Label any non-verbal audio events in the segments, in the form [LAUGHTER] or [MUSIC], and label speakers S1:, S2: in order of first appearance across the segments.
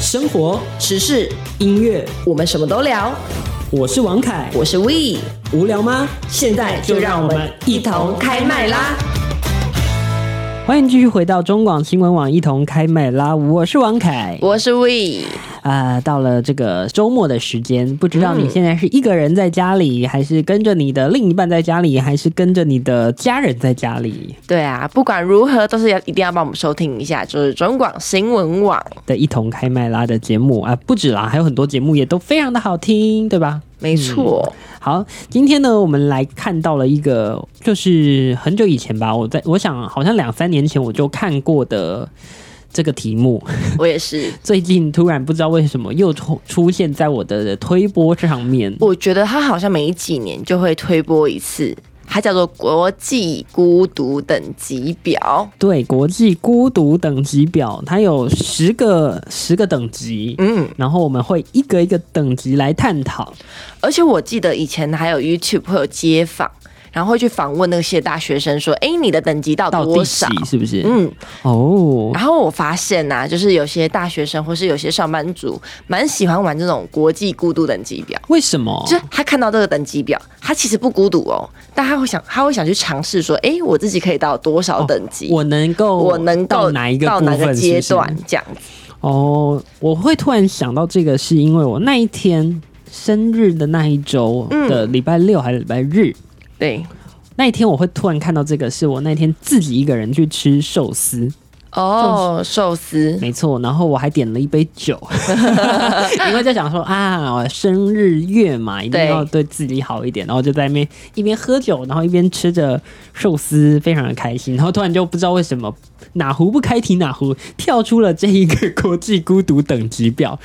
S1: 生活、
S2: 时事，
S1: 音乐，
S2: 我们什么都聊。
S1: 我是王凯。
S2: 我是 We，
S1: 无聊吗？
S2: 现在就让我们一同开麦啦！
S1: 欢迎继续回到中广新闻网，一同开麦啦！我是王凯。
S2: 我是 We，
S1: 啊、到了这个周末的时间，不知道你
S2: 嗯
S1: 现在是一个人在家里，还是跟着你的另一半在家里，还是跟着你的家人在家里
S2: 对啊，不管如何都是要一定要帮我们收听一下，就是中广新闻网，
S1: 的一同开麦啦的节目啊、不止啦，还有很多节目也都非常的好听，对吧？
S2: 没错，
S1: 好，今天呢，我们来看到了一个，就是很久以前吧，我在我想好像两三年前我就看过的这个题目， [LAUGHS]
S2: 我也是。
S1: 最近突然不知道为什么又出出现在我的推播上面。
S2: 我觉得它好像每几年就会推播一次，它叫做国际孤独等级表。
S1: 对，国际孤独等级表，它有十个十个等级。
S2: 嗯，
S1: 然后我们会一个一个等级来探讨，
S2: 而且我记得以前还有 YouTube 会有街访，然后会去访问那些大学生说：“哎，你的等级到
S1: 到第
S2: 多少
S1: 几是不？”是？
S2: 嗯，
S1: 哦，
S2: 然后我发现呐、就是有些大学生或是有些上班族，蛮喜欢玩这种国际孤独等级表。
S1: 为什么？
S2: 就是他看到这个等级表，他其实不孤独哦，但他会想，他会想去尝试说，诶，我自己可以到多少等级，
S1: 哦我能够
S2: 我能够
S1: 到哪一个
S2: 到
S1: 部
S2: 哪个
S1: 分
S2: 阶
S1: 是不是
S2: 段这样子。
S1: 哦，我会突然想到这个，是因为我那一天生日的那一周
S2: 嗯
S1: 的礼拜六还是礼拜日、
S2: 对，
S1: 那一天，我会突然看到这个，是我那天自己一个人去吃寿司，
S2: 哦，寿
S1: [LAUGHS]
S2: 司，
S1: 没错，然后我还点了一杯酒，因为在想说啊，我生日月嘛，一定
S2: 对
S1: 要对自己好一点，然后就在那边一边喝酒，然后一边吃着寿司，非常的开心。然后突然就不知道为什么哪壶不开提哪壶，跳出了这一个国际孤独等级表。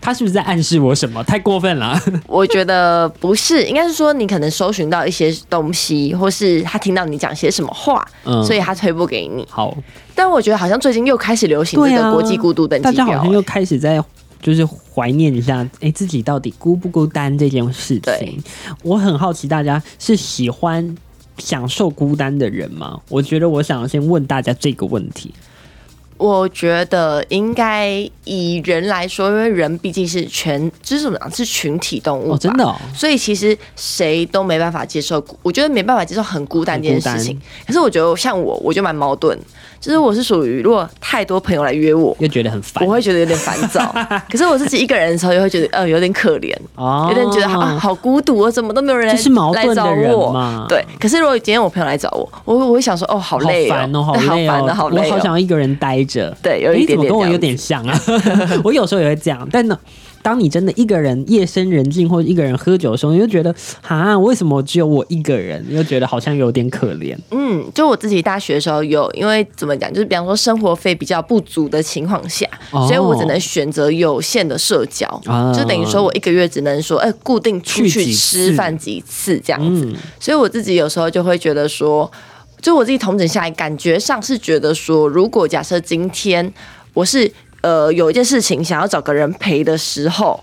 S1: 他是不是在暗示我什么？太过分了！
S2: 我觉得不是，应该是说你可能搜寻到一些东西，或是他听到你讲些什么话，
S1: 嗯
S2: 所以他推播给你。
S1: 好，
S2: 但我觉得好像最近又开始流行
S1: 对
S2: 这
S1: 啊
S2: 个国际孤独等
S1: 大
S2: 级
S1: 家
S2: 表、
S1: 好像又开始在就是怀念一下，哎、自己到底孤不孤单这件事
S2: 对
S1: 情。我很好奇，大家是喜欢享受孤单的人吗？我觉得我想先问大家这个问题。
S2: 我觉得应该以人来说，因为人毕竟是全，就是怎么讲，是群体动物、
S1: 哦，真的、。哦，
S2: 所以其实谁都没办法接受，我觉得没办法接受很孤单这件事
S1: 很
S2: 情。可是我觉得像我，我就蛮矛盾，就是我是属于如果太多朋友来约我，
S1: 又觉得很烦
S2: 我，会觉得有点烦
S1: [LAUGHS]
S2: 躁。可是我自己一个人的时候，又会觉得呃有点可怜，
S1: 哦
S2: 有点觉得好、啊、好孤独哦，怎么都没有人来
S1: 这是矛盾
S2: 来找
S1: 的人
S2: 我。
S1: 嘛？，
S2: 对，可是如果今天我朋友来找我，我我会想说哦好
S1: 好
S2: 累
S1: 烦哦，
S2: 哦，
S1: 好
S2: 对
S1: 累
S2: [LAUGHS] 好烦
S1: 哦，
S2: 哦，好累
S1: 我好想
S2: 哦。
S1: 要一个人待着。
S2: 对，有一
S1: 诶怎
S2: 点
S1: 么
S2: 点
S1: 跟我
S2: 这
S1: 有
S2: 样子
S1: 点像啊？ [LAUGHS] 我有时候也会这样，但呢，当你真的一个人夜深人静或者一个人喝酒的时候，你就觉得啊，为什么只有我一个人？你就觉得好像有点可怜。
S2: 嗯，就我自己大学的时候有，因为怎么讲，就是比方说生活费比较不足的情况下，
S1: 哦
S2: 所以我只能选择有限的社交，
S1: 啊
S2: 就等于说我一个月只能说，哎、固定出
S1: 去
S2: 去
S1: 几
S2: 吃
S1: 次
S2: 饭几次这样子。
S1: 嗯
S2: 所以我自己有时候就会觉得说，就我自己统整下来，感觉上是觉得说，如果假设今天我是呃有一件事情想要找个人陪的时候。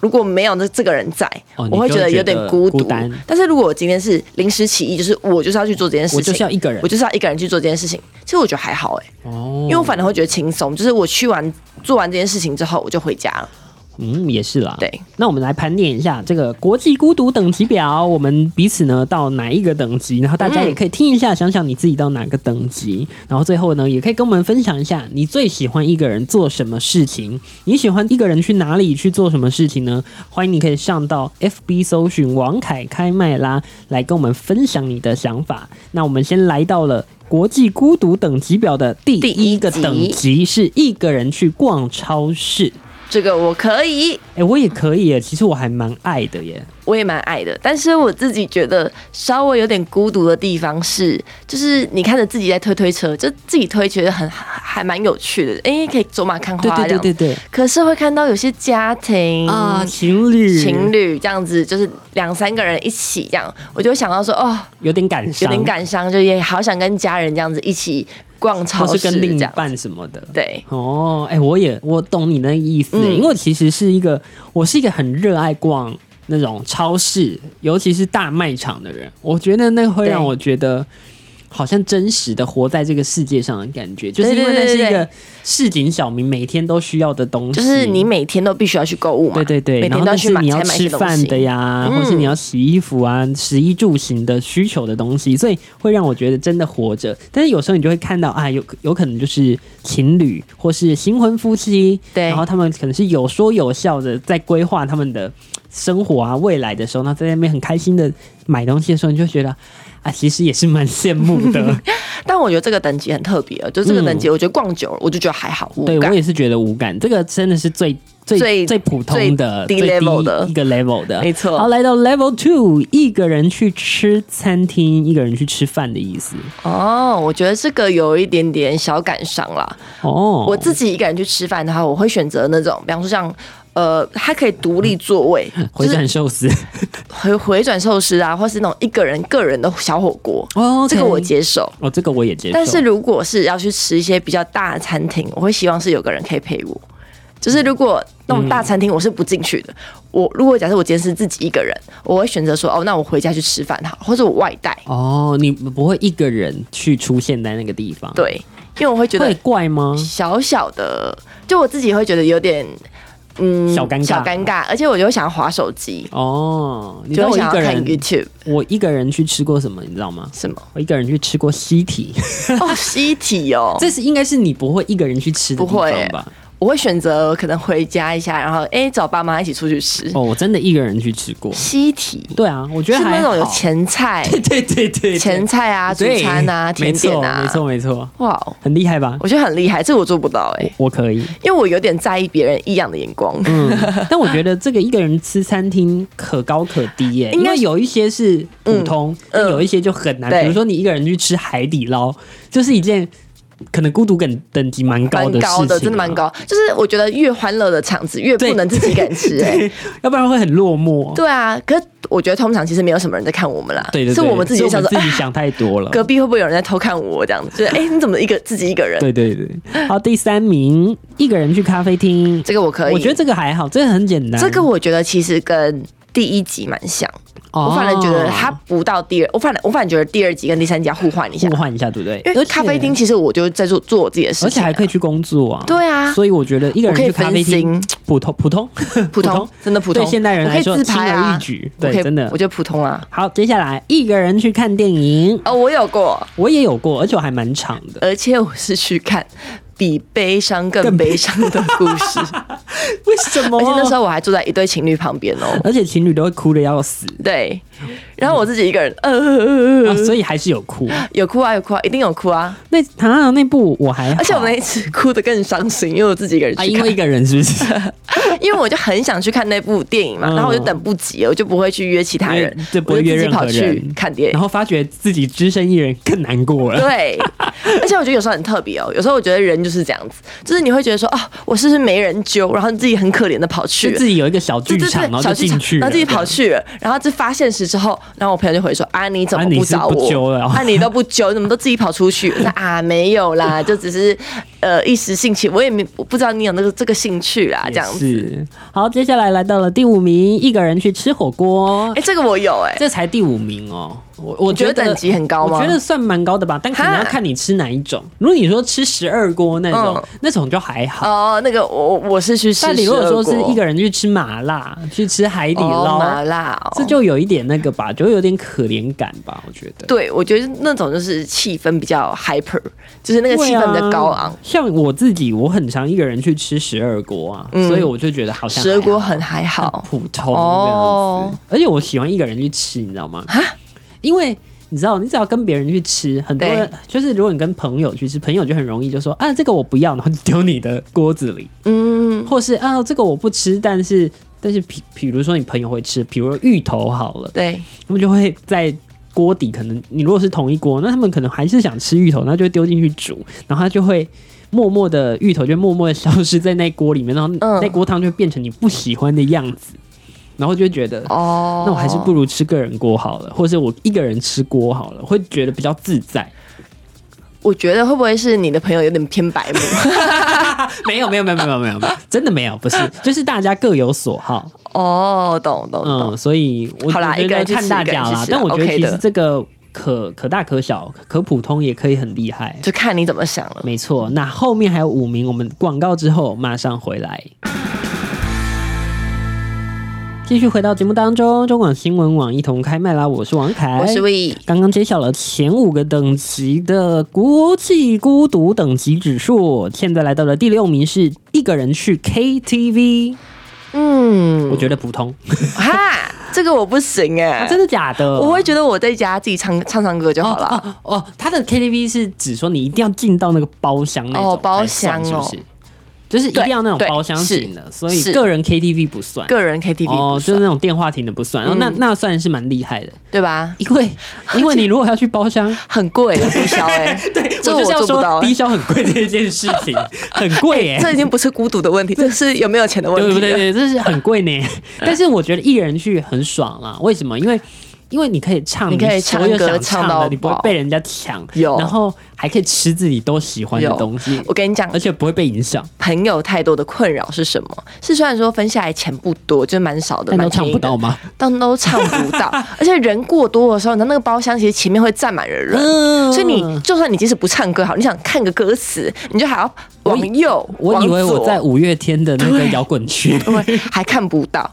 S2: 如果没有那这个人在，
S1: 哦
S2: 我会
S1: 你就
S2: 觉
S1: 会
S2: 得有点
S1: 觉得
S2: 孤
S1: 孤
S2: 独
S1: 单。
S2: 但是如果我今天是临时起意，就是我就是要去做这件事情，
S1: 我就是要一个人
S2: 我就是要一个人去做这件事情。其实我觉得还好哎、
S1: 哦
S2: 因为我反而会觉得轻松，就是我去完做完这件事情之后，我就回家了。
S1: 嗯也是啦。，
S2: 对，
S1: 那我们来盘点一下这个国际孤独等级表，我们彼此呢到哪一个等级，然后大家
S2: 嗯
S1: 也可以听一下，想想你自己到哪个等级，然后最后呢也可以跟我们分享一下你最喜欢一个人做什么事情，你喜欢一个人去哪里去做什么事情呢？欢迎你可以上到 FB 搜寻王凯开麦啦，来跟我们分享你的想法。那我们先来到了。国际孤独等级表的第
S2: 第
S1: 一
S2: 一
S1: 个
S2: 集
S1: 等级是一个人去逛超市，
S2: 这个我可以，
S1: 哎、我也可以耶，其实我还蛮爱的耶。
S2: 我也蛮爱的。但是我自己觉得稍微有点孤独的地方是，就是你看着自己在推推车，就自己推觉得很还蛮有趣的，哎、可以走马看花这
S1: 对
S2: 样
S1: 对对啊对对，嗯
S2: 可是会看到有些家庭
S1: 情侣
S2: 情侣这样子，就是两三个人一起这样，我就会想到说，哦，
S1: 有点感
S2: 有
S1: 伤，
S2: 点感伤，就也好想跟家人这样子一起逛超
S1: 或
S2: 市
S1: 是
S2: 这
S1: 跟另一
S2: 样。
S1: 半什么的。
S2: 对，
S1: 哦，哎、我也我懂你那个意思耶、
S2: 嗯
S1: 因为我其实是一个我是一个很热爱逛那种超市，尤其是大卖场的人。我觉得那会让
S2: 对
S1: 我觉得好像真实的活在这个世界上的感觉，就是因为那是一
S2: 对对对对
S1: 个市井小民每天都需要的东西，
S2: 就是你每天都必须要去购物嘛，
S1: 对对对，
S2: 每
S1: 然
S2: 天
S1: 后
S2: 都
S1: 那
S2: 要去
S1: 是
S2: 买
S1: 你要
S2: 才买一
S1: 吃
S2: 些东
S1: 饭
S2: 西
S1: 的呀，
S2: 嗯
S1: 或是你要洗衣服啊、食衣住行的需求的东西，所以会让我觉得真的活着。但是有时候你就会看到啊，有有可能就是情侣或是新婚夫妻，
S2: 对
S1: 然后他们可能是有说有笑的在规划他们的生活啊、未来的时候，那在那边很开心的买东西的时候，你就觉得。啊，其实也是蛮羡慕
S2: [LAUGHS]
S1: 的，
S2: 但我觉得这个等级很特别哦，就这个等级，我觉得逛久了我就觉得还好，无
S1: 嗯对
S2: 感
S1: 我。也是觉得无感。这个真的是最最
S2: 最
S1: 最普通的、
S2: 最低 level 的
S1: 一个 level 的，
S2: 没错
S1: 好，来到 level two，一个人去吃餐厅，一个人去吃饭的意思。
S2: 哦，我觉得这个有一点点小感伤啦。
S1: 哦，
S2: 我自己一个人去吃饭的话，我会选择那种，比方说像呃，它可以独立座位，
S1: [LAUGHS] 回转寿司。
S2: 回回转寿司啊，或是那种一个人个人的小火锅，
S1: 哦
S2: 这个我。接受。
S1: 哦，这个我也接受。
S2: 但是如果是要去吃一些比较大的餐厅，我会希望是有个人可以陪我。就是如果那
S1: 嗯
S2: 种大餐厅我是不进去的，我如果假设我今天是自己一个人，我会选择说哦，那我回家去吃饭好，或者我外带，
S1: 哦，你不会一个人去出现在那个地方，，
S2: 对，因为我会觉
S1: 会
S2: 得
S1: 怪吗？
S2: 小小的，就我自己会觉得有点嗯
S1: 小尴尬
S2: 小尴尬，而且我就会想要划手机，
S1: 哦，你知
S2: 就
S1: 道
S2: 会
S1: 我一
S2: 想
S1: 个
S2: 要看
S1: 人，
S2: YouTube
S1: 我一个人去吃过什么，你知道吗？[LAUGHS]
S2: 什么
S1: 我一个人去吃过西体，
S2: 哦，西体哦，
S1: 这是应该是你不会一个人去吃的地
S2: 不会
S1: 方吧？
S2: 我会选择可能回家一下，然后哎找爸妈一起出去吃
S1: [LAUGHS] 哦，我真的一个人去吃过。
S2: 西体。
S1: 对啊，我觉得
S2: 是
S1: 还
S2: 那种有
S1: 好
S2: [LAUGHS] 前菜、
S1: 对对对对，
S2: 前菜啊、主
S1: 对
S2: 餐啊、
S1: 没
S2: 甜
S1: 错
S2: 点啊，
S1: 没错没错，
S2: 哇哦，
S1: 很厉害吧？
S2: 我觉得很厉害，这我做不到哎、
S1: 我可
S2: [LAUGHS]
S1: 以，
S2: 因为我有点在意别人异样的眼光。
S1: 哦嗯，但我觉得这个一个人吃餐厅可高可低耶、
S2: 应
S1: 因
S2: 该
S1: 为有一些是普通，但
S2: 嗯
S1: 有一些就很难。
S2: 对
S1: 比如说你一个人去吃海底捞，就是一件可能孤独感等级蛮高
S2: 蛮
S1: 的事情、啊
S2: 高的，真的蛮。高。就是我觉得越欢乐的场子，越
S1: 对
S2: 不能自己一个人吃、哎，
S1: [LAUGHS] 对，要不然会很落寞。
S2: 对啊。可是我觉得通常其实没有什么人在看我们啦，
S1: 对对对，
S2: 是我们自己
S1: 是
S2: 想说，
S1: 自己
S2: 哎
S1: 想太多了。
S2: 隔壁会不会有人在偷看我这样子？就是哎、你怎么一个自己一个人？
S1: 对对对，好，第三名，一个人去咖啡厅，
S2: 这个我可以，
S1: 我觉得这个还好，这个很简单。
S2: 这个我觉得其实跟第一集蛮像。
S1: 哦
S2: 我反而觉得它不到第二，我反而我反而觉得第二集跟第三集要互换一下
S1: 互，换一下，对不对？
S2: 因为
S1: 而且
S2: 咖啡厅，其实我就在做做我自己的事情、啊
S1: 而且还可以。去工作啊。
S2: 对啊
S1: 所以我觉得一个
S2: 我
S1: 人
S2: 可以
S1: 去咖啡
S2: 分
S1: 厅，
S2: 心，
S1: 普通普通
S2: [LAUGHS] 普通，真的普通。
S1: 对现代人
S2: 我可
S1: 来
S2: 以
S1: 说
S2: 自拍啊
S1: 轻而易，举，
S2: 我可
S1: 对，
S2: 以
S1: 真的
S2: 我。觉得普通啊。
S1: 好，接下来一个人去看电影，
S2: 哦，我有过，
S1: 我也有过，而且我还蛮长
S2: [LAUGHS]
S1: 的。
S2: 而且我是去看比悲伤更悲伤的故
S1: [LAUGHS]
S2: 事，
S1: 为什么
S2: 而且那时候我还坐在一对情侣旁边哦。
S1: 而且情侣都会哭的要死、
S2: 对，然后我自己一个人，呃，
S1: 啊，所以还是有
S2: [LAUGHS]
S1: 哭。
S2: 有哭啊，有哭啊，一定有哭啊！
S1: 那啊，那部我还好，
S2: 而且我那一次哭得更伤心，因为我自己一个人
S1: 啊，
S2: 去
S1: 因
S2: 看
S1: 为一，个人是不
S2: [LAUGHS]
S1: 是？
S2: 因为我就很想去看那部电影嘛，
S1: 嗯
S2: 然后我就等不及了，我就不会去约其他人
S1: 因为，对不
S2: 我
S1: 会
S2: 就
S1: 约
S2: 自己
S1: 任何
S2: 跑去
S1: 人
S2: 看电影
S1: 然。后发觉自己只身一人更难过 [LAUGHS] 了。
S2: 对，而且我觉得有时候很特别哦，有时候我觉得人就是这样子，就是你会觉得说，哦，我是不是没人揪，然后自己很可怜的跑去
S1: 就
S2: 了
S1: 自。己有一个小剧
S2: 对对
S1: 场，然
S2: 对，
S1: 后
S2: 小
S1: 就
S2: 剧
S1: 进
S2: 场，
S1: 去了，
S2: 然后自己跑
S1: 这样
S2: 去了，然后这发现实之后，然后我朋友就回说：“啊，你怎
S1: 啊
S2: 么
S1: 你是
S2: 找
S1: 不
S2: 我？
S1: 揪了哦
S2: 啊，你都不揪，你怎么都自己跑出去？”我说：“啊，没有啦，就只是呃一时兴起，我也没我不知道你有那个这个兴趣啦，这样
S1: 也
S2: 子。
S1: 是。好，接下来来到了第五名，一个人去吃火锅。
S2: 哎，这个我有哎、
S1: 这才第五名哦，我我觉
S2: 觉
S1: 得
S2: 得等级很高吗
S1: 我觉得算蛮高的吧，但可能
S2: 哈
S1: 要看你吃哪一种。如果你说吃十二锅那种，
S2: 嗯
S1: 那种就还好。
S2: 哦，那个我我是去吃
S1: 但你如果说是一
S2: 人
S1: 个人去吃麻辣，去吃海底
S2: 哦
S1: 捞，
S2: 麻辣哦，
S1: 这就有一点那个吧，就有点可怜感吧，我觉得。
S2: 对，我觉得那种就是气氛比较 hyper，就是那个
S1: 对
S2: 气氛比较高
S1: 啊
S2: 昂。。
S1: 像我自己，我很常一个人去吃十二锅啊，
S2: 嗯
S1: 所以我就觉得好像
S2: 十二锅
S1: 还好
S2: 很还好，
S1: 普通这样子。
S2: 哦
S1: 而且我喜欢一个人去吃，你知道吗？因为你知道，你只要跟别人去吃，很多人就是如果你跟朋友去吃，朋友就很容易就说啊，这个我不要，然后就丢你的锅子里，
S2: 嗯，
S1: 或是啊，这个我不吃，但是。但是，比比如说你朋友会吃，比如说芋头好了，
S2: 对，
S1: 他们就会在锅底，可能你如果是同一锅，那他们可能还是想吃芋头，那就会丢进去煮，然后它就会默默的芋头就默默的消失在那锅里面，然后
S2: 嗯
S1: 那锅汤就变成你不喜欢的样子，然后就会觉得。
S2: 哦，
S1: 那我还是不如吃个人锅好了，或是我一个人吃锅好了，会觉得比较自在。
S2: 我觉得会不会是你的朋友有点偏
S1: [LAUGHS]
S2: 白目？
S1: 没有没有没有没有没有没有，真的没有，不是，就是大家各有所好，
S2: 哦，懂懂懂
S1: 嗯，，所以我
S2: 好啦
S1: 我觉
S2: 一个
S1: 得
S2: 人去吃
S1: 看大家
S2: 一个人
S1: 啦
S2: 去。吃
S1: 但我觉得
S2: OK
S1: 其
S2: 的
S1: 实这个可可大可小，可普通也可以很厉害。
S2: 就看你怎么想了。
S1: 没错，那后面还有五名，我们广告之后马上回来。继续回到节目当中，中广新闻网一同开麦啦！我是王凯，
S2: 我是 We，
S1: 刚刚揭晓了前五个等级的国际孤独等级指数，现在来到了第六名，是一个人去 KTV，、
S2: 嗯，
S1: 我觉得普
S2: [LAUGHS]
S1: 通，
S2: 哈，这个我不行哎、
S1: 啊真的假的？
S2: 我会觉得我在家自己唱唱唱歌就好了。
S1: 哦哦，他的 KTV 是指说你一定要进到那个包厢那种
S2: 哦包厢
S1: 才
S2: 哦
S1: 算是不是？就是一定要那种
S2: 对对
S1: 包厢型的，所以
S2: 是
S1: 个人 KTV 不算。
S2: 个人 KTV
S1: 哦
S2: 不，
S1: 就是
S2: 算、
S1: 那种电话亭的不算，哦那
S2: 嗯
S1: 那算是蛮厉害的，
S2: 对吧？
S1: 因
S2: [LAUGHS]
S1: 为因为你如果要去包厢，
S2: 很贵，低消
S1: [LAUGHS]
S2: 哎，对这
S1: 我就是要
S2: 做不到
S1: 说
S2: 哎、
S1: 低消很贵这件事
S2: [LAUGHS]
S1: 情，很贵耶、
S2: 这已经不是孤独的问题，这是有没有钱的问题
S1: 对
S2: 了。
S1: 不对？对，这是很贵
S2: [LAUGHS]
S1: 呢。但是我觉得一人去很爽啦，为什么？因为因为你可以唱，
S2: 你可以
S1: 所有
S2: 唱歌
S1: 想
S2: 唱
S1: 唱的
S2: 到
S1: 你不会
S2: 饱
S1: 被人家抢，
S2: 有
S1: 然后还可以吃自己都喜欢的
S2: 有
S1: 东西，
S2: 我跟你讲
S1: 而，且不会被影响，
S2: 朋友太多的困扰是什么？是虽然说分下来钱不多，就蛮少的，
S1: 但
S2: 蛮
S1: 都唱
S2: 便宜
S1: 不
S2: 的
S1: 到吗？
S2: 但都唱不到，而且人过多的时候，你知道那个包厢其实前面会站满人人，
S1: 嗯
S2: 所以你就算你即使不唱歌好，你想看个歌词，你就还要往右，
S1: 我以为
S2: 往左
S1: 我在五月天的那个
S2: 对
S1: 摇滚区，
S2: [LAUGHS] 对 [LAUGHS] 还看不
S1: [LAUGHS]
S2: 到，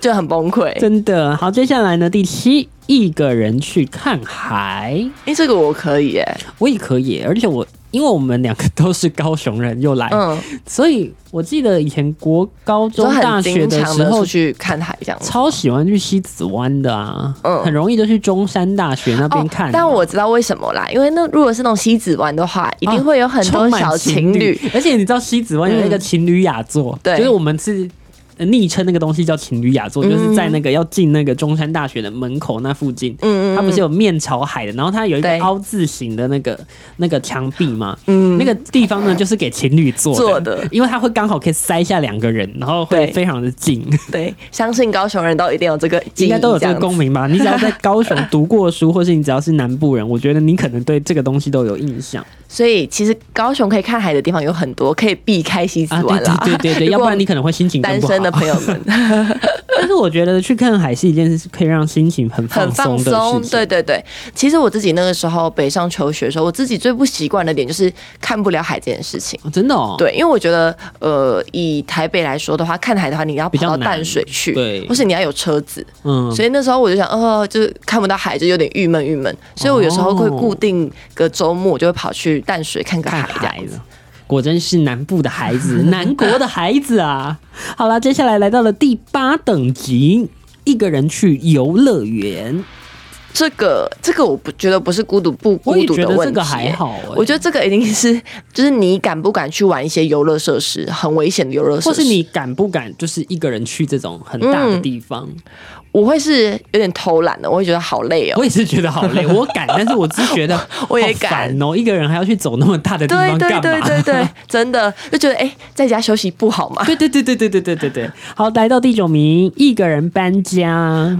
S2: 就很崩溃。
S1: 真的好。接下来呢，第七，一个人去看海，
S2: 哎、这个我可以耶、
S1: 我也可以，而且我因为我们两个都是高雄人，又来，
S2: 嗯，
S1: 所以我记得以前国高
S2: 就
S1: 哎中、大
S2: 很
S1: 学
S2: 经
S1: 的
S2: 常
S1: 时
S2: 的
S1: 候
S2: 出。去看海这样子。
S1: 超喜欢去西子湾的啊，
S2: 嗯
S1: 很容易就去中山大学那边看、
S2: 哦但我知道为什么啦，因为那如果是那种西子湾的话，一定会有很多
S1: 哦充满
S2: 小
S1: 情
S2: 情侣，，
S1: 而且你知道西子湾有那个
S2: 嗯
S1: 情侣雅座，
S2: 对嗯
S1: 就是我们是。呃昵称那个东西叫情侣雅座，就是在那个要进那个中山大学的门口那附近，
S2: 嗯嗯
S1: 它不是有面朝海的，然后它有一个
S2: 对
S1: 凹字形的那个那个墙壁嘛，
S2: 嗯
S1: 那个地方呢就是给情侣坐
S2: 坐的
S1: 因为它会刚好可以塞下两个人，然后会
S2: 对
S1: 非常的
S2: [LAUGHS]
S1: 近，
S2: 对，相信高雄人都一定有这个记忆，
S1: 应该都有这个
S2: 样子
S1: 共鸣吧？你只要在高雄读过书，或是你只要是南部人，我觉得你可能对这个东西都有印象
S2: 所以其实高雄可以看海的地方有很多，可以避开西子
S1: 啊。对
S2: 湾啦。
S1: 对对
S2: [LAUGHS]
S1: 对对，
S2: 如
S1: 要
S2: 果
S1: 不然你可能会心情更
S2: [LAUGHS] 单
S1: 不好
S2: 身的朋友们
S1: 但是我觉得去看海是一件可以让心情很
S2: 很
S1: 放
S2: 放
S1: 松的
S2: 松
S1: 事，情。
S2: 对对对。其实我自己那个时候北上求学的时候，我自己最不习惯的点就是看不了海这件事情。
S1: 哦真的哦。
S2: 对，因为我觉得，呃，以台北来说的话，看海的话，你要
S1: 比
S2: 跑
S1: 较
S2: 到
S1: 难
S2: 淡水去，
S1: 对
S2: 或是你要有车子，
S1: 嗯，
S2: 所以那时候我就想，呃，就是看不到海，就有点郁闷郁闷。所以我有时候会
S1: 哦
S2: 固定个周末，我就会跑去淡水看个
S1: 看
S2: 海这
S1: 海
S2: 样子。
S1: 了。果真是南部的孩子，南国的孩子啊！ [LAUGHS] 好了，接下来来到了第八等级，一个人去游乐园，
S2: 这个这个我不觉得不是孤独不孤
S1: 我也
S2: 独
S1: 觉
S2: 的
S1: 得
S2: 问
S1: 这
S2: 题、
S1: 个还好、欸。
S2: 我觉得这个一定是， [LAUGHS] 就是你敢不敢去玩一些游乐设施，很危险的游乐设
S1: 或
S2: 施。
S1: 是，你敢不敢就是一个人去这种很大的地方？
S2: 我会是有点偷懒的，我会觉得好累哦。
S1: [LAUGHS] 我也是觉得好累，我
S2: [LAUGHS]
S1: 敢，但是我只是觉得
S2: 我也
S1: 好
S2: 敢
S1: 烦哦，一个人还要去走那么大的地
S2: 对
S1: 方
S2: 对
S1: 干嘛？
S2: 对对对，真的就觉得哎、在家休息不好吗？
S1: [LAUGHS] 对对对对对对对对对。好，来到第九名，一个人搬家。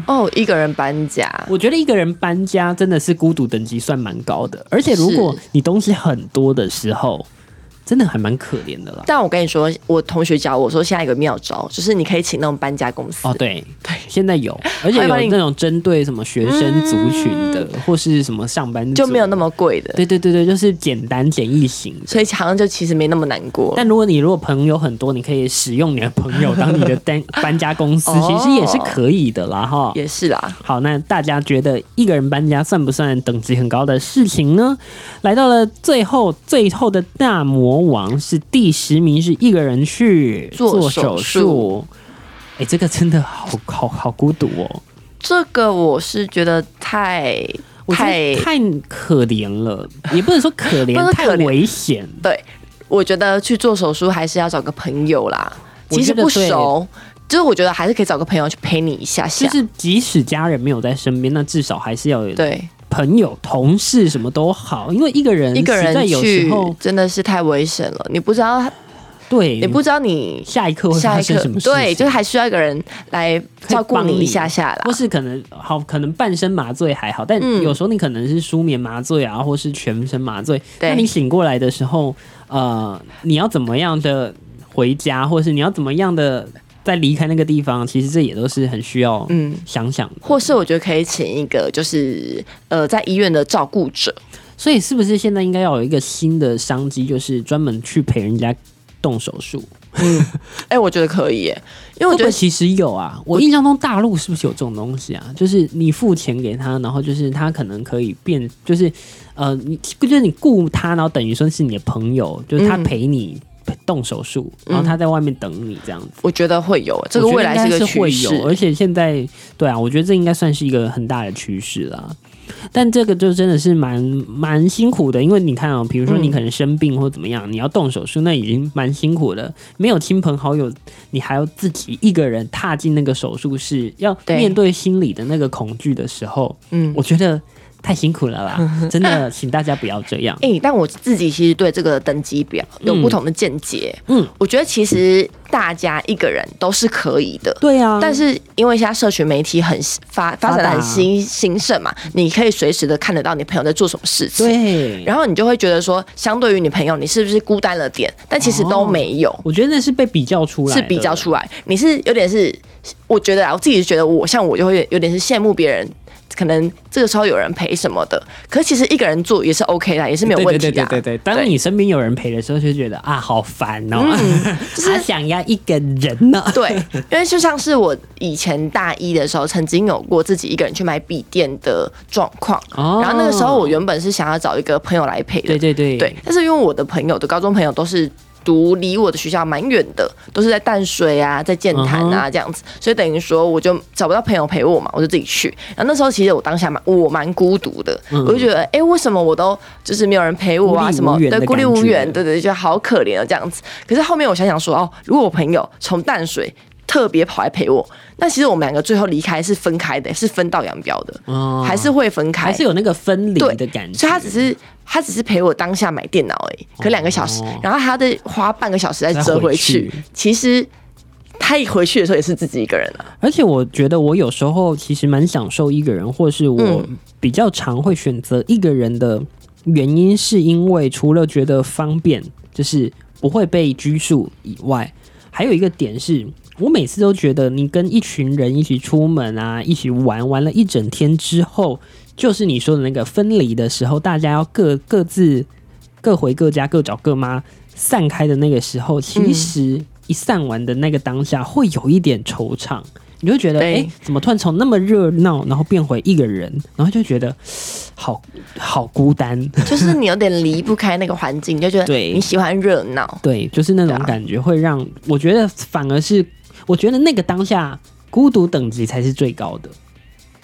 S2: 哦，一个人搬家，
S1: 我觉得一个人搬家真的是孤独等级算蛮高的，而且如果
S2: 是
S1: 你东西很多的时候，真的还蛮可怜的啦。
S2: 但我跟你说，我同学教我说下一个妙招，就是你可以请那种搬家公司。
S1: 哦，对对，现在
S2: [LAUGHS]
S1: 有，而且
S2: 会
S1: 有
S2: 帮你
S1: 那种针对什么学生族群的，或是什么上班族
S2: 嗯就没有哦那么贵的，
S1: 对对对对，就是简单简易型的。
S2: 所以好像就其实没那么难过。
S1: 但如果你如果朋友很多，你可以使用你的朋友当你的 [LAUGHS] 单搬家公司，
S2: 哦
S1: 其实也是可以的啦哈。
S2: 也是啦，
S1: 好，那大家觉得一个人搬家算不算等级很高的事情呢？来到了最后，最后的大魔王是第十名，是一个人去手
S2: 做手术
S1: 术。哎、这个真的好好好孤独哦，
S2: 这个我是觉得太
S1: 我觉得太可怜了，也不能说可怜
S2: 不，能说
S1: 太
S2: 可怜
S1: 危险。
S2: 对，我觉得去做手术还是要找个朋友啦，
S1: 我
S2: 即使
S1: 觉得
S2: 不
S1: 对
S2: 熟，就是我觉得还是可以找个朋友去陪你一下下。
S1: 就是即使家人没有在身边，那至少还是要有
S2: 对，
S1: 朋友、同事什么都好，因为一个人
S2: 一个
S1: 实在
S2: 人
S1: 有时
S2: 去
S1: 候
S2: 真的是太危险了，你不知道，
S1: 对
S2: 你不知道你
S1: 下一刻会
S2: 下
S1: 发
S2: 一
S1: 生
S2: 刻
S1: 什么事情，
S2: 对，就是还需要一个人来
S1: 可以
S2: 照顾
S1: 帮
S2: 你
S1: 你
S2: 一下下啦
S1: 或。是可能好，可能半身麻醉还好，但
S2: 嗯
S1: 有时候你可能是舒眠麻醉啊，或是全身麻醉。
S2: 对
S1: 那你醒过来的时候，呃，你要怎么样的回家，或是你要怎么样的再离开那个地方，其实这也都是很需要
S2: 嗯
S1: 想想的。
S2: 或是我觉得可以请一个就是呃在医院的照顾者，
S1: 所以是不是现在应该要有一个新的商机，就是专门去陪人家动手术？
S2: 哎、我觉得可以耶，因为
S1: 会
S2: 我
S1: 不
S2: 觉得
S1: 会其实有啊？我印象中大陆是不是有这种东西啊？就是你付钱给他，然后就是他可能可以变，就是呃，你就是你雇他，然后等于说是你的朋友，就是他
S2: 嗯
S1: 陪你。动手术，然后他在外面等你这样子，
S2: 我觉得会有这个
S1: 我觉得
S2: 未来
S1: 应该
S2: 个
S1: 是
S2: 趋
S1: 会
S2: 势，
S1: 有，而且现在对啊，我觉得这应该算是一个很大的趋势啦。但这个就真的是蛮蛮辛苦的，因为你看啊、比如说你
S2: 嗯
S1: 可能生病或怎么样，你要动手术，那已经蛮辛苦的。没有亲朋好友，你还要自己一个人踏进那个手术室，要
S2: 对
S1: 面对心里的那个恐惧的时候，
S2: 嗯。
S1: 我觉得太辛苦了
S2: [LAUGHS]
S1: 啦。真的，请大家不要这样。
S2: 哎、但我自己其实对这个等级表有不同的见解。
S1: 嗯嗯
S2: 我觉得其实大家一个人都是可以的，
S1: 对啊，
S2: 但是因为现在社群媒体很发发展
S1: 发
S2: 的
S1: 达
S2: 很兴兴盛嘛，你可以随时的看得到你朋友在做什么事情，
S1: 对，
S2: 然后你就会觉得说，相对于你朋友，你是不是孤单了点？但其实都没有，
S1: 我觉得那是被比较哦出来，
S2: 是比较。出来，你是有点是，我觉得啊，我自己觉得我像我就会有点是羡慕别人。可能这个时候有人陪什么的，可是其实一个人做也是 OK 的，也是没有问题啊
S1: 对
S2: 的、
S1: 对对对对，当你身边有人陪的时候，就觉得啊，好烦哦，
S2: 嗯
S1: [LAUGHS] 好想要一个人呢。
S2: 对，因为就像是我以前大一的时候，曾经有过自己一个人去买笔电的状况。
S1: 哦
S2: 然后那个时候我原本是想要找一个朋友来陪的，
S1: 对对对
S2: [LAUGHS] 对，但是因为我的朋友的高中朋友都是读离我的学校蛮远的，都是在淡水啊，在剑潭
S1: 嗯
S2: 啊这样子，所以等于说我就找不到朋友陪我嘛，我就自己去。然后那时候其实我当下蛮我蛮孤独的，我就觉得哎、诶为什么我都就是没有人陪
S1: 嗯
S2: 我
S1: 孤
S2: 啊？
S1: 立
S2: 什么
S1: 无援
S2: 对
S1: 的
S2: 孤立
S1: 感
S2: 无
S1: 觉
S2: 援，对对，对就好可怜哦这样子。可是后面我想想说哦，如果我朋友从淡水。特别跑来陪我，那其实我们两个最后离开是分开的，是分道扬镳的，
S1: 哦
S2: 还是会分开，
S1: 还是有那个分离
S2: 对
S1: 的感觉。
S2: 所以他只是他只是陪我当下买电脑而已，可两个小时，
S1: 哦
S2: 然后他再花半个小时再折回去。
S1: 再回去
S2: 其实他一回去的时候也是自己一个人啊，
S1: 而且我觉得我有时候其实蛮享受一个人，或是我比较常会选择一个人的原因，是因为除了觉得方便，就是不会被拘束以外，还有一个点是。我每次都觉得，你跟一群人一起出门啊，一起玩，玩了一整天之后，就是你说的那个分离的时候，大家要各各自各回各家，各找各妈，散开的那个时候，其实一散完的那个当下，会有一点惆怅，你就觉得，哎、
S2: 对
S1: 怎么突然从那么热闹，然后变回一个人，然后就觉得 [SIGHS] 好好孤单，
S2: [LAUGHS]
S1: [LAUGHS]
S2: 就是你有点离不开那个环境，你就觉得
S1: 对
S2: 你喜欢热闹。
S1: 对，就是那种
S2: 对啊
S1: 感觉，会让我觉得反而是，我觉得那个当下孤独等级才是最高的。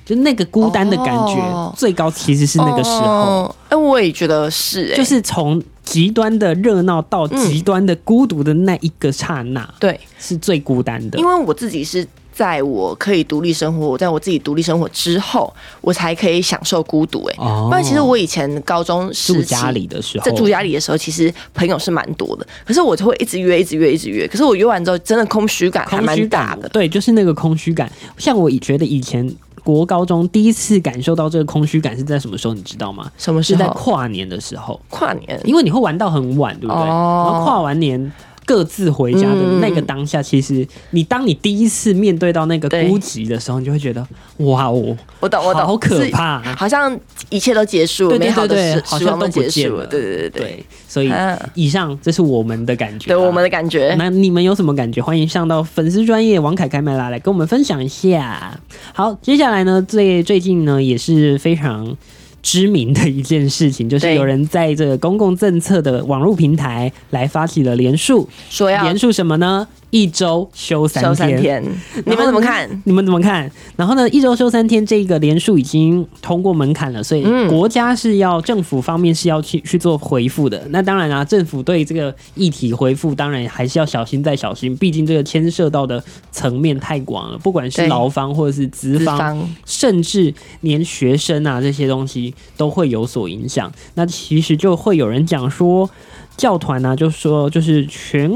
S1: 就那个孤单的感觉、
S2: 哦
S1: 最高，其实是那个时候。
S2: 哦，哎、我也觉得是、哎，
S1: 就是从极端的热闹到
S2: 嗯
S1: 极端的孤独的那一个刹那，
S2: 对，
S1: 是最孤单的
S2: 因。为我自己是。在我可以独立生活，我在我自己独立生活之后，我才可以享受孤独、哎、
S1: 哦
S2: 不然其实我以前高中时
S1: 住
S2: 期
S1: 家里的时候，
S2: 在住家里的时候，其实朋友是蛮多的，可是我就会一直约，一直约，一直约。可是我约完之后，真的空虚感还
S1: 空
S2: 蛮
S1: 虚
S2: 大
S1: 感
S2: 的。
S1: 对，就是那个空虚感。像我以觉得以前国高中第一次感受到这个空虚感是在什么时候，你知道吗？
S2: 什么时
S1: 是在
S2: 候？
S1: 跨年的时候，
S2: 跨年。
S1: 因为你会玩到很晚，对不对？
S2: 哦嗯
S1: 然后跨完年。各自回家的那个当下，其实你当你第一次面对到那个
S2: 对
S1: 孤寂的时候，你就会觉得，哇哦，
S2: 我懂，我懂，
S1: 好可怕
S2: 是好像一切都结束，
S1: 对
S2: 美
S1: 对
S2: 好
S1: 对
S2: 的
S1: 对，
S2: 时
S1: 好
S2: 时
S1: 像
S2: 光
S1: 都不
S2: 结
S1: 见
S2: 束
S1: 了。
S2: 了。对对对对，
S1: 所以
S2: 啊
S1: 以上这是我们的感觉、
S2: 对我们。的感觉。
S1: 啊那你们有什么感觉？欢迎上到粉丝专业王凯凯麦拉来跟我们分享一下。好，接下来呢，最最近呢也是非常知名的一件事情，就是
S2: 对
S1: 有人在这个公共政策的网络平台来发起了连署，
S2: 说要
S1: 连署什么呢？一周休三
S2: 啊休三天，你们怎么看？
S1: 你们怎么看？然后呢，一周休三天这个连数已经通过门槛了，所以
S2: 嗯
S1: 国家是要政府方面是要去去做回复的。那当然啊，政府对这个议题回复，当然还是要小心再小心，毕竟这个牵涉到的层面太广了，不管是
S2: 对
S1: 劳方或者是资
S2: 资
S1: 方，啊
S2: 方
S1: 甚至连学生啊这些东西都会有所影响。那其实就会有人讲说，教团呢、就说就是全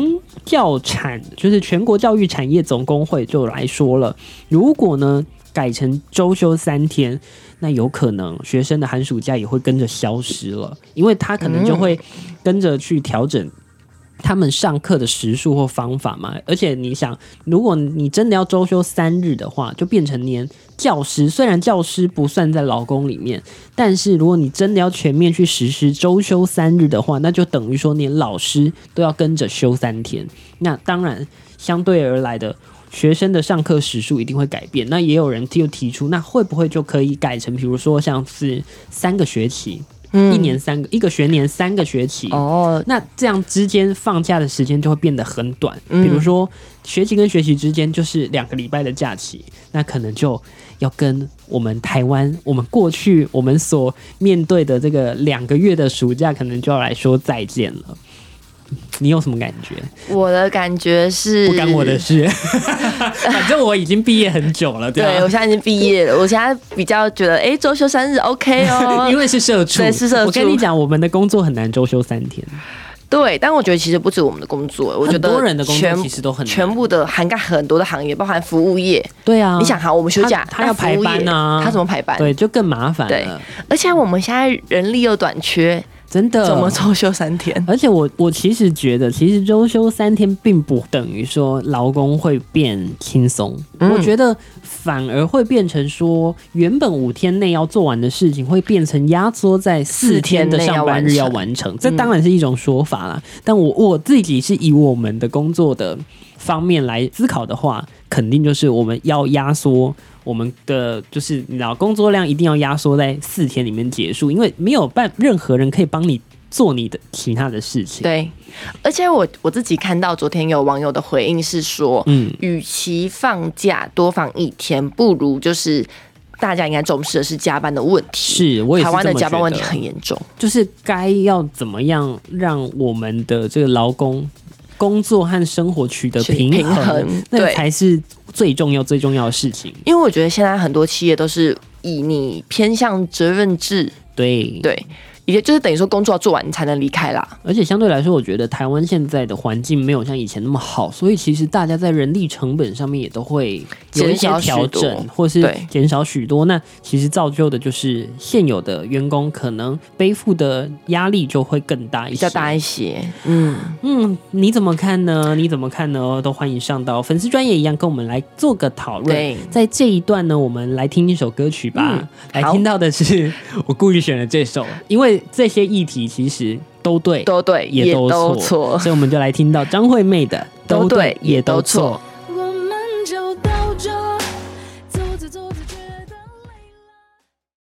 S1: 教产，就是全国教育产业总工会就来说了，如果呢改成周休三天。那有可能学生的寒暑假也会跟着消失了，因为他可能就会跟着去调整他们上课的时数或方法嘛。而且你想，如果你真的要周休三日的话，就变成连教师，虽然教师不算在劳工里面，但是如果你真的要全面去实施周休三日的话，那就等于说连老师都要跟着休三天。那当然，相对而来的。学生的上课时数一定会改变，那也有人就提出，那会不会就可以改成，比如说像是三个学期，一年三个，一个学年三个学期，
S2: 哦，
S1: 那这样之间放假的时间就会变得很短，
S2: 嗯
S1: 比如说学期跟学期之间就是两个礼拜的假期，那可能就要跟我们台湾我们过去我们所面对的这个两个月的暑假，可能就要来说再见了。你有什么感
S2: [LAUGHS]
S1: 觉？
S2: 我的感觉是
S1: 不干我的事，啊反正我已经毕业很久了，对啊
S2: 对，我
S1: 吧？，
S2: 现在已经毕业了，我现在比较觉得，哎，周休三日 OK 哦
S1: [LAUGHS] 因为是社畜，
S2: 对是社畜
S1: 我跟你讲，我们的工作很难周休三天，
S2: 对，但我觉得其实不止我们的工作，我觉得
S1: 很多人的工作
S2: 全
S1: 其实都很难
S2: 全部的涵盖很多的行业，包含服务业。
S1: 对啊。
S2: 你想哈，我们休假，
S1: 他他要
S2: 那服务业
S1: 排班啊
S2: 他怎么排班？
S1: 对，就更麻烦了，
S2: 而且我们现在人力又短缺，
S1: 真的。
S2: 怎么周休三天？
S1: 而且我我其实觉得，其实周休三天并不等于说劳工会变轻松，
S2: 嗯
S1: 我觉得反而会变成说，原本五天内要做完的事情，会变成压缩在四天的上班日要完
S2: 嗯
S1: 成。这当然是一种说法啦，但我我自己是以我们的工作的方面来思考的话，肯定就是我们要压缩。我们的就是你知道，工作量一定要压缩在四天里面结束，因为没有办任何人可以帮你做你的其他的事情。
S2: 对，而且我我自己看到昨天有网友的回应是说，
S1: 嗯，
S2: 与其放假多放一天，不如就是大家应该重视的是加班的问题。
S1: 是我也是
S2: 台湾的
S1: 这么
S2: 加班
S1: 觉
S2: 问
S1: 得
S2: 题很严重。
S1: 就是该要怎么样让我们的这个劳工工作和生活取得
S2: 取
S1: 平
S2: 平衡
S1: 那
S2: 对
S1: 才是最重要最重要的事情。
S2: 因为我觉得现在很多企业都是以你偏向责任制，
S1: 对，
S2: 对，也就是等于说工作要做完你才能离开啦。
S1: 而且相对来说，我觉得台湾现在的环境没有像以前那么好，所以其实大家在人力成本上面也都会有一些
S2: 减少许
S1: 调
S2: 多
S1: 整，或是
S2: 对
S1: 减少许多。那其实造就的就是现有的员工可能背负的压力就会更大一
S2: 比
S1: 些
S2: 较。大一些，嗯，
S1: 嗯，你怎么看呢？你怎么看呢？都欢迎上到粉丝专业一样，跟我们来做个讨论
S2: 对。
S1: 在这一段呢，我们来听一首歌曲吧。
S2: 嗯
S1: 来
S2: 好
S1: 听到的是 [LAUGHS] 我故意选了这首，因为这些议题其实都对，
S2: 都对，
S1: 也
S2: 也
S1: 都
S2: 都
S1: 错，
S2: 错，
S1: 所以我们就来听到张惠妹的《
S2: 都对也
S1: 也
S2: 都
S1: 错
S2: 错》。